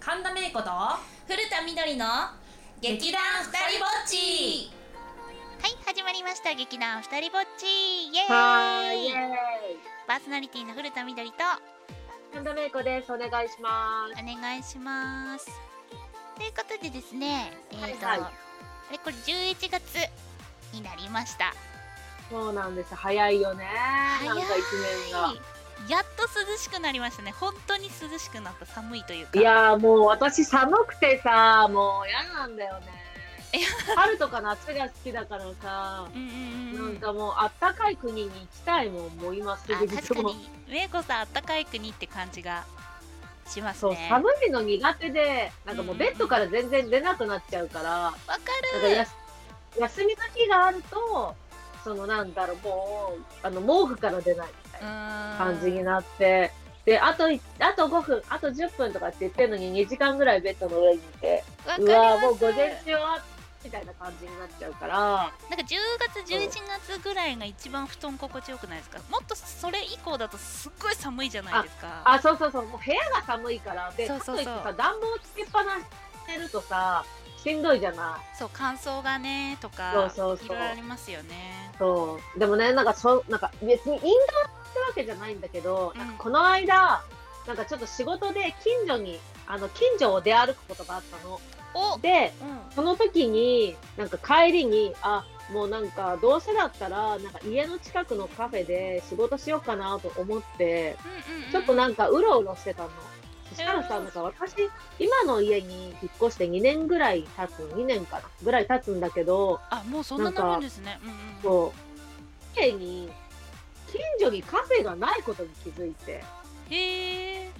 神田芽衣子とは古田みどりの劇団ふたりぼっちはい始まりました劇団ふたりぼっちイエーイパーソナリティの古田みどりと神田芽衣子です。お願いします。お願いしますということでですねえーと、はいはいあれこれ11月になりましたそうなんです。早いよね。早ないんか一年が。やっと涼しくなりましたね本当に涼しくなった寒いというかいやーもう私寒くてさ、もう嫌なんだよね。春とか夏が好きだからさ、うんうんうんなうんんかもうあったかい国に行きたいもん、もう今すぐあに確かもうにめいこさんあったかい国って感じがしますそう、ねわ寒いの苦手で、なんかもうベッドから全然出なくなっちゃうから、かなんかるやす休みの日があると、そのなんだろう、もう、あの毛布から出ないみたいな。感感じになって、で、あと、あと5分、あと10分とかって言ってるのに2時間ぐらいベッドの上にいて、わかりうますわーもう午前中は、みたいな感じになっちゃうから、なんか10月11月ぐらいが一番布団心地よくないですかもっとそれ以降だとすっごい寒いじゃないですかあ、そうそうそう、もう部屋が寒いから、で、そうそうそかとういってさ、暖房つけっぱなしてるとさ、しんどいじゃない。そう乾燥がねとかそうそうそういろいろありますよねそう。でもね、なんかそう、なんか別にインドアってわけじゃないんだけど、うんなんかこの間、なんかちょっと仕事で近所に、あの、近所を出歩くことがあったの。おうんで、その時に、なんか帰りに、あ、もうなんかどうせだったら、なんか家の近くのカフェで仕事しようかなと思って、ちょっとななんかうろうろしてたの。そしたらさ、うんなんか私、今の家に引っ越して2年ぐらい経つ、2年かな、ぐらい経つんだけど、あもうそんななるんですねうんうんうんそう、家に、近所にカフェがないことに気づいて、へえ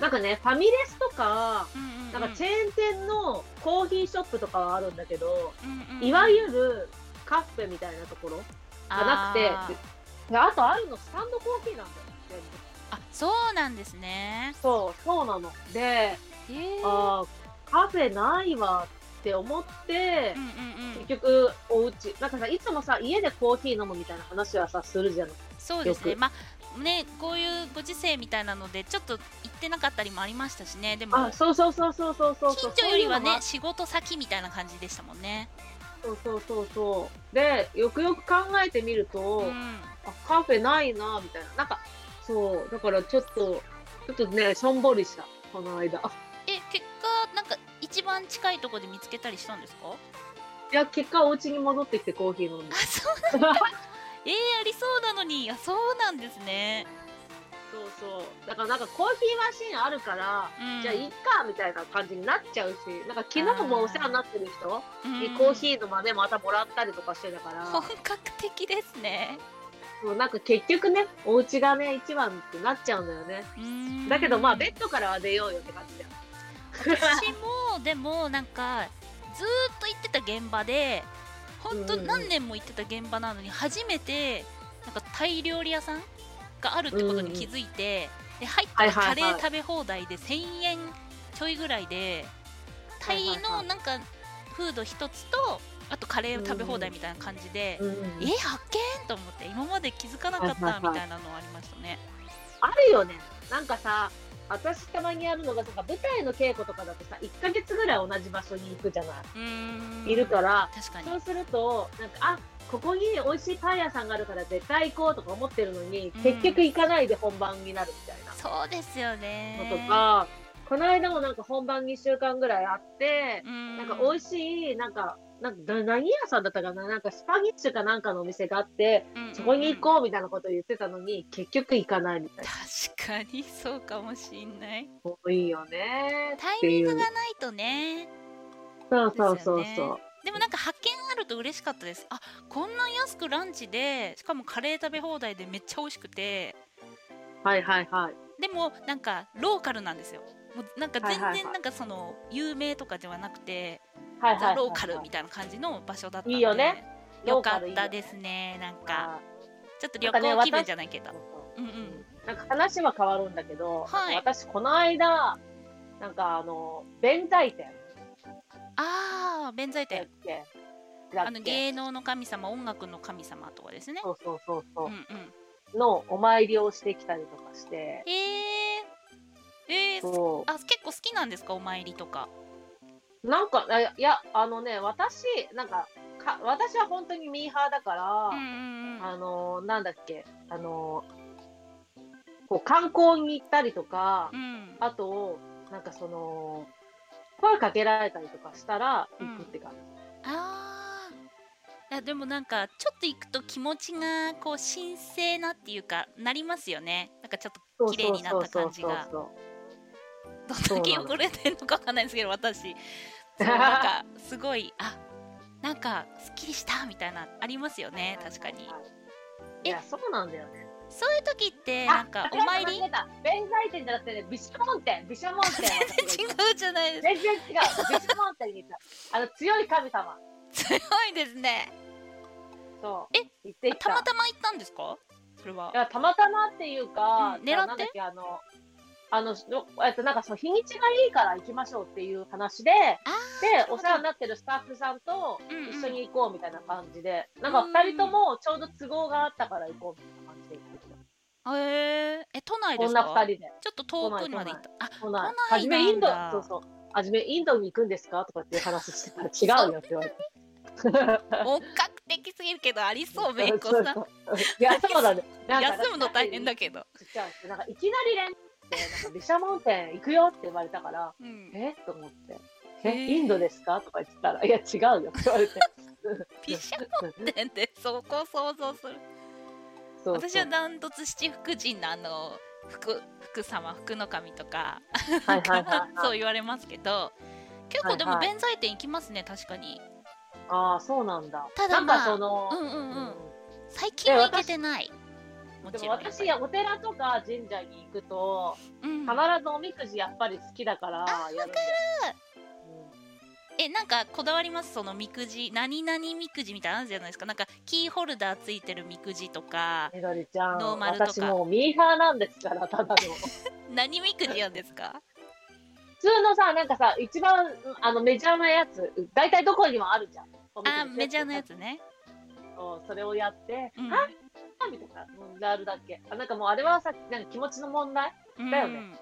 なんかね、ファミレスとか、ななんかチェーン店のコーヒーショップとかはあるんだけど、いいわゆるカフェみたいなところがなくて、であとあるのスタンドコーヒーなんだよ。全部あそうなんですねそう、そうなの。で、へえあーカフェないわって思ってう、んうんうん結局、お家なんかさ、いつもさ、家でコーヒー飲むみたいな話はさ、するじゃない。そうですねよくまあねこういうご時世みたいなのでちょっと行ってなかったりもありましたしねでもあ、そうそうそうそうそうそうそう。近所よりはそういうのもあね仕事先みたいな感じでしたもんね。そうそうそうそう。で、よくよく考えてみると、うんあカフェないなみたいな。なんか、そう、だからちょっと、ちょっとね、しょんぼりした、この間。 え結果なんか一番近いところで見つけたりしたんですか？いや、結果、お家に戻ってきてコーヒー飲んで あ。そうえー、ありそうなのにあそうなんですね。そうそう。だから、なんかコーヒーマシンあるから、うん、じゃあ、いっか、みたいな感じになっちゃうし、なんか、昨日もお世話になってる人にコーー。ヒーの豆またもらったりとかしてたから、本格的ですね。そうなんか結局ね、お家がね、一番ってなっちゃうんだよね。うんだけど、まあ、ベッドからは出ようよって感じだよ。私もでもなんかずーっと行ってた現場で本当うんうん何年も行ってた現場なのに初めてなんかタイ料理屋さんがあるってことに気づいて、で入ったはらいカはいレはいー食べ放題で1000円ちょいぐらいでタイはいはいはのいなんかフード一つとあとカレーを食べ放題みたいな感じで、うん、え発見と思って今まで気づかなかっはいはたいはいみたいなのはありましたね。あるよね。なんかさ、私たまにやるのがさ、舞台の稽古とかだとさ、1ヶ月ぐらい同じ場所に行くじゃなうーんい。いるから、確かにそうすると、なんか、あここに美味しいパン屋さんがあるから絶対行こうとか思ってるのに、うん結局行かないで本番になるみたいなそうですよねのとか、この間もなんか本番2週間ぐらいあって、ななんか美味しい、なんか、なんかな何屋さんだったかななんかスパニッシュかなんかのお店があって、そこに行うんうんこうみたいなこと言ってたのに、結局行かないみたいな。確かにそうかもしんない多いよね。タイってミいンうグがないとねそうそうそうですそようね。でもなんか発見あると嬉しかったですあこんな安くランチでしかもカレー食べ放題でめっちゃ美味しくてはいはいはい。でもなんかローカルなんですよもうなんか全はいはい然はいなんかその有名とかではなくて、はいはいはいはい、ザ・ローカルみたいな感じの場所だったんでいいよねよかったすですねなんかか。ちょっとな旅んかね行気分私じゃないけど、そううんうんそうなんか話は変わるんだけど、はいなんか私この間、なんかあの、弁財天ああ弁財だっ天けだあっのけ芸能の神様音楽の神様とかですねそうそうそうそうう、んうんのお参りをしてきたりとかして、えー、えー、でそあ結構好きなんですかお参りとかうなんかあいやあのね私なんかか私は本当にミーハーだから、うんうんうんあのなんだっけあのこう観光に行ったりとか、うんあとなんかその声かけられたりとかしたら行くって感じ、あーいやでもなんかちょっと行くと気持ちがこう神聖なっていうかなりますよねなんかちょっとそう綺麗になった感じがそうどそんうだけなの汚れてんのかわかんないですけど私そうなんかすごいあなんかすっきりしたみたいなありますよね確かにいやそうなんだよねそういう時ってなんかお参りあ間違えた間違えた弁財天じゃなくてね毘沙門天毘沙門天全然 違うじゃないですか全然違う毘沙門天に行ったあの強い神様強いですねそう行ってきたたまたま行ったんですかそれはいやたまたまっていうか、うんじゃあ狙ってなんだっけあのあのしのえっとなんかそう日にちがいいから行きましょうっていう話であでほどお世話になってるスタッフさんとうんうん一緒に行こうみたいな感じで、なんか2人ともちょうど都合があったから行こうみたいな感じで行ってきたへええ都内でこすんかな2人でちょっと遠くにまで行ったあ都内都内初めインドなんだそうそう初めインドに行くんですかとかっていう話してたら違うよって言われて。本格的すぎるけどありそうめいこさん そうそういやそうだねなんか休むの大変だけど、ちっちゃいなんかいきなり連って、なんか毘沙門天行くよって言われたから、うん、えと思って、へーえ、インドですかとか言ってたら、いや、違うよって言われ て。ピシャモンテンってそこを想像するそうそう私はダントツ七福神のあの福福様福の神とかはいはい はい、そはうい。言われますけど結構でもはいは弁財天行きますね確かにああ、そうなんだ。ただまあなんかその、うんうんうんう最近は行けてないもんでちもろんやっぱ私、りお寺とか神社に行くと、うん必ずおみくじやっぱり好きだから、やるんだよ。えなんかこだわりますそのみくじ何々みくじみたいなのあるじゃないですかなんかキーホルダーついてるみくじとかみどりちゃん、ノーマルとか私もうミーハーなんですから、ただの。何みくじなんですか普通のさ、なんかさ、一番うんあのメジャーなやつ、大体どこにもあるじゃん。あメジャーのやつね、そうそれをやって、うんあみたいな、もうなるだけ。あなんかもうあれはさ、なんか気持ちの問題うん、だよね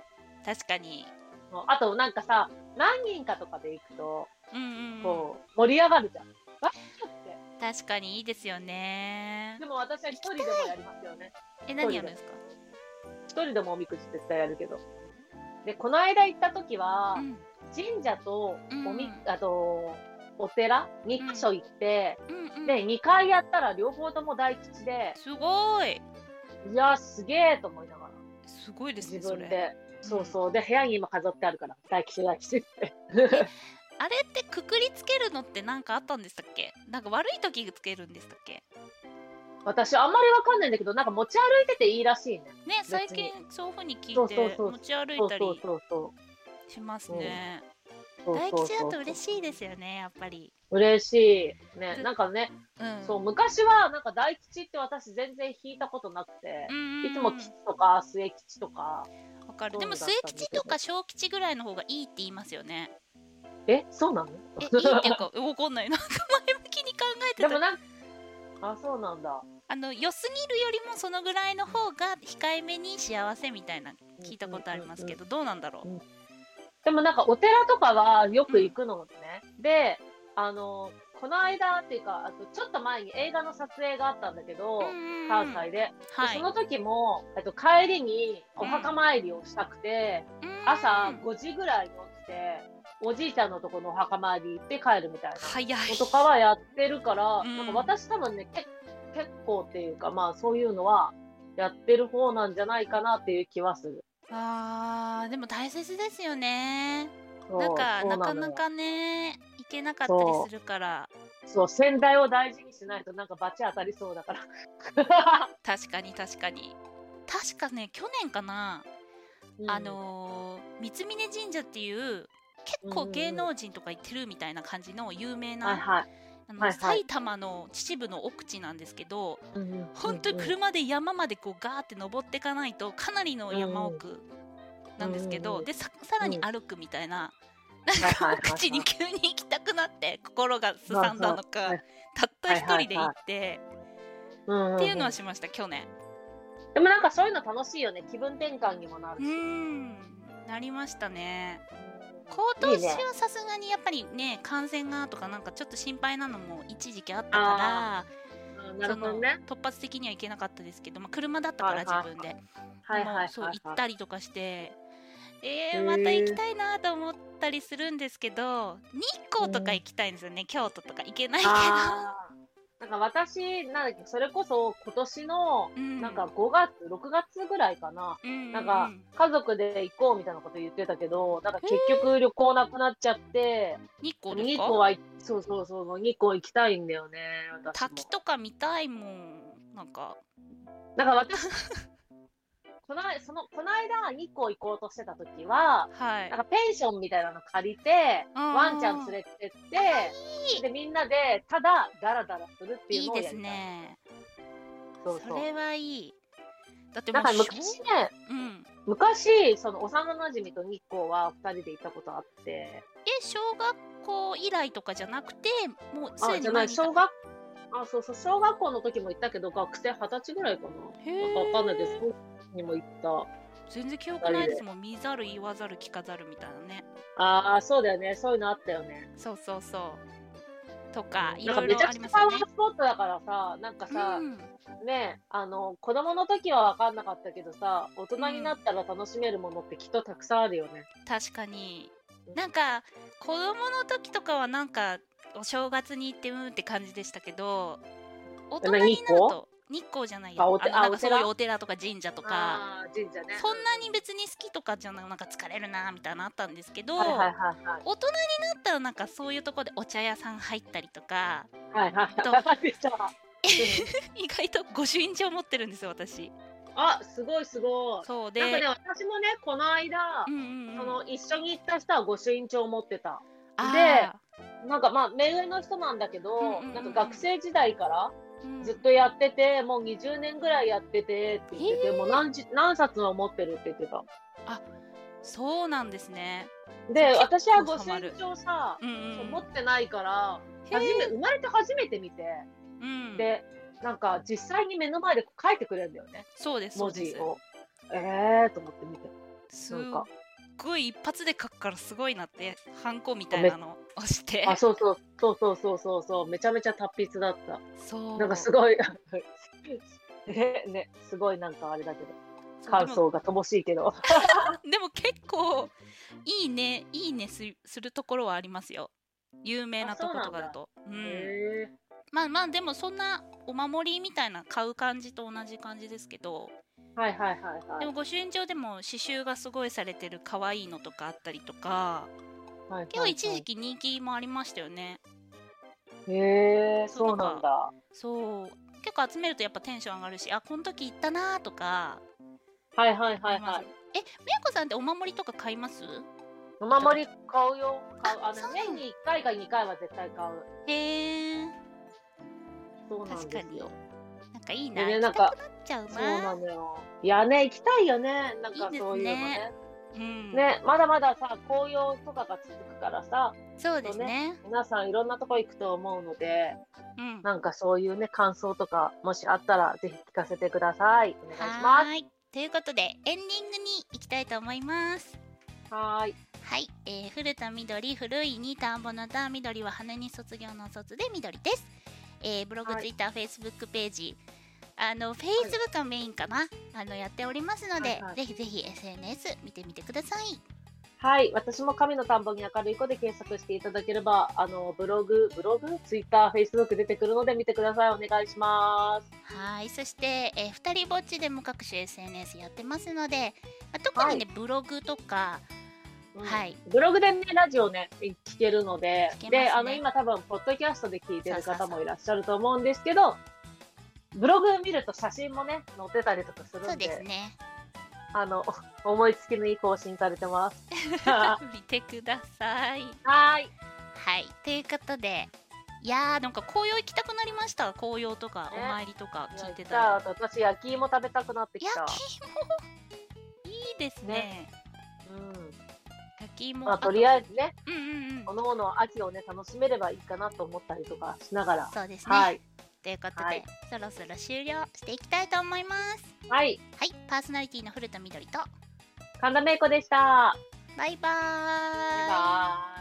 確かにもうあとなんかさ、何人かとかで行くと、うんうんうんこう、盛り上がるじゃん。わーって。確かにいいですよねでも私は一人でもやりますよね。え何やるんですか一人でもおみくじ絶対やるけど。で、この間行った時はう、ん神社とおみ、うんあと、お寺2箇所行って、うんうんで、2回やったら両方とも大吉で、すごいいやーすげえと思いながら。すごいです自ねそ分れで。そうそう。で、部屋に今飾ってあるから、大吉大吉って。あれってくくりつけるのって何かあったんでしたっけなんか悪い時つけるんでしたっけ私、あんまりわかんないんだけど、なんか持ち歩いてていいらしいね。ね別に最近そういうふうに聞そいうそうてそう持ち歩そいうたそうりそうそう。しますうんねそう大吉だとしい。嬉しいですよねやっぱり、嬉しい。ね、なんかね、うん、そう、昔は、なんか大吉って私全然引いたことなくてう、んうんいつも吉とか末吉とか、わかるそうでだもった末んだけど吉とか小吉ぐらいの方がいいって言います よねえ、そうなのえいいっていうかわかんないなんか前向きに考えてでたもなんあ、そうなんだ。あの良すぎるよりもそのぐらいの方が控えめに幸せみたいな聞いたことありますけど、どうなんだろう、でもなんかお寺とかはよく行くのね。で、あの、この間っていうか、あとちょっと前に映画の撮影があったんだけど、うんうん関西で。ではいその時も、えっと、帰りにお墓参りをしたくて、うん朝5時ぐらいに起きて、おじいちゃんのとこのお墓参り行って帰るみたいな早いのとかはやってるから、うんなんか私多分ね、け結構っていうか、まあそういうのはやってる方なんじゃないかなっていう気はする。あーでも大切ですよねそうなんかそうなのかよなかね行けなかったりするからそう、先代を大事にしないとなんかバチ当たりそうだから。確かに確かに確かね去年かなうんあ、のー、三峯神社っていう結うんうん構うん芸能人とか行ってるみたいな感じの有名な、はいはい。あのはいはい埼玉の秩父の奥地なんですけどうんうん本当に車で山までこうガーって登っていかないとかなりの山奥なんですけうんうんどうんでささらに歩くみたいな。はいはいはいはい奥地に急に行きたくなって心がすさんだまのあそかうたった一人で行ってうんんんっていうのはしました去年でもなんかそういうの楽しいよね。気分転換にもなるうし。んなりましたね今年はさすがにやっぱりね感染がとかなんかちょっと心配なのも一時期あったからあなるほどね突発的にはいけなかったですけど、まあ、車だったから自分で、はいはい、そう行ったりとかしてえー、また行きたいなと思ったりするんですけど日光とか行きたいんですよね、うん、京都とか行けないけど。なんか私なんだっけそれこそ今年のなんか5月、うん、6月ぐらいかな、うん、なんか家族で行こうみたいなこと言ってたけどなんか結局旅行なくなっちゃって日光日光はそうそうそう日光行きたいんだよね滝とか見たいもんなんかなんか私 このそのこの間日光行こうとしてた時は、はい、なんかペンションみたいなの借りて、ワンちゃん連れてってでみんなでただダラダラするっていうのをやりたいいですねそうそれはいいだってなんか昔ね、うん、昔その幼なじみと日光は2人で行ったことあってえ小学校以来とかじゃなくてもうすでに前に小学あそうそう小学校の時も行ったけど学生二十歳ぐらいかな分かんないですにも行った全然記憶ないですもん見ざる言わざる聞かざるみたいなねああそうだよねそういうのあったよねそうそうそうとかいろいろありますよねめちゃくちゃパワースポットだからさなんかさ、うん、ねあの子供の時は分かんなかったけどさ大人になったら楽しめるものってきっとたくさんあるよね、うん、確かになんか子供の時とかはなんかお正月に行ってうんって感じでしたけど大人になると日光じゃないやあなんかそういうお寺とか神社とか神社、ね、そんなに別に好きとかじゃなくなんか疲れるなみたいなあったんですけど、はいはいはいはい、大人になったらなんかそういうとこでお茶屋さん入ったり とか、はいはい、 と意外と御朱印帳持ってるんですよ私。あすごいすごい。そうでなんかね私もねこの間、うんうん、その一緒に行った人は御朱印帳持ってた。でなんかまあ目上の人なんだけど、うんうんうん、なんか学生時代からずっとやってて、もう20年ぐらいやっててって言ってて、もう何何冊も持ってるって言ってた。あそうなんですね。で、私はご身長さ、うんうん、持ってないから、初め生まれて初めて見て、うん、で、なんか実際に目の前で書いてくれるんだよね。そうです文字を。えーと思って見て。すごい一発で書くからすごいなって、ハンコみたいなの。押してあそうそうそうそうそうそうそうめちゃめちゃ達筆だったそうなんかすごい ねねすごいなんかあれだけど感想が乏しいけどでも結構いいねいいねすするところはありますよ有名なとことかだとうん、まあまあでもそんなお守りみたいな買う感じと同じ感じですけどはいはいはい、はい、でも御朱印帳でも刺繍がすごいされてる可愛いのとかあったりとかはいはいはい、一時期人気もありましたよね。へえそうなんだ。そう結構集めるとやっぱテンション上がるしあこの時行ったなとか。はいはいはいはい。えめいこさんってお守りとか買いますお守り買うよ。買うあの年に1回か2回は絶対買う。へえ。そうなんですよ。なんかいいな。ね、なんかそうなのよ。いやね行きたいよね。なんかそういうのね,いいねうん、ね、まだまださ紅葉とかが続くからさそうですね、ね、皆さんいろんなとこ行くと思うので、うん、なんかそういうね感想とかもしあったらぜひ聞かせてくださいお願いしますということでエンディングに行きたいと思いますはいはい、えー、古田緑古いに田んぼの田緑は花に卒業の卒で緑です、えー、ブログ、ツイッター、フェイスブックページあの、フェイスブックがメインかな、はい、あの、やっておりますので、はいはい、ぜひぜひ SNS 見てみてください。はい、私も神の田んぼに明るい子で検索していただければ、あの、ブログ、ブログ、ツイッター、フェイスブック出てくるので見てください。お願いします。はい、そして、えー、二人ぼっちでも各種 SNS やってますので、まあ、特にね、はい、ブログとか、うん、はい、ブログでねラジオね聞けるので、ね、であの今多分ポッドキャストで聞いてる方もいらっしゃると思うんですけどブログ見ると写真もね載ってたりとかするんでそうですねあの 思いつきのいい更新されてます 見てくださいはいはいということでいやーなんか紅葉行きたくなりました紅葉とか、ね、お参りとか聞いてたら私焼き芋食べたくなってきた焼き芋いいですね、ね、うん焼き芋、まあ、とりあえずね、うんうんうん、おのおの秋をね楽しめればいいかなと思ったりとかしながらそうですね、はいということで、はい、そろそろ終了していきたいと思います。はい。はい、パーソナリティの古田みどりと。神田芽衣子でした。バイバーイ。バイバーイ。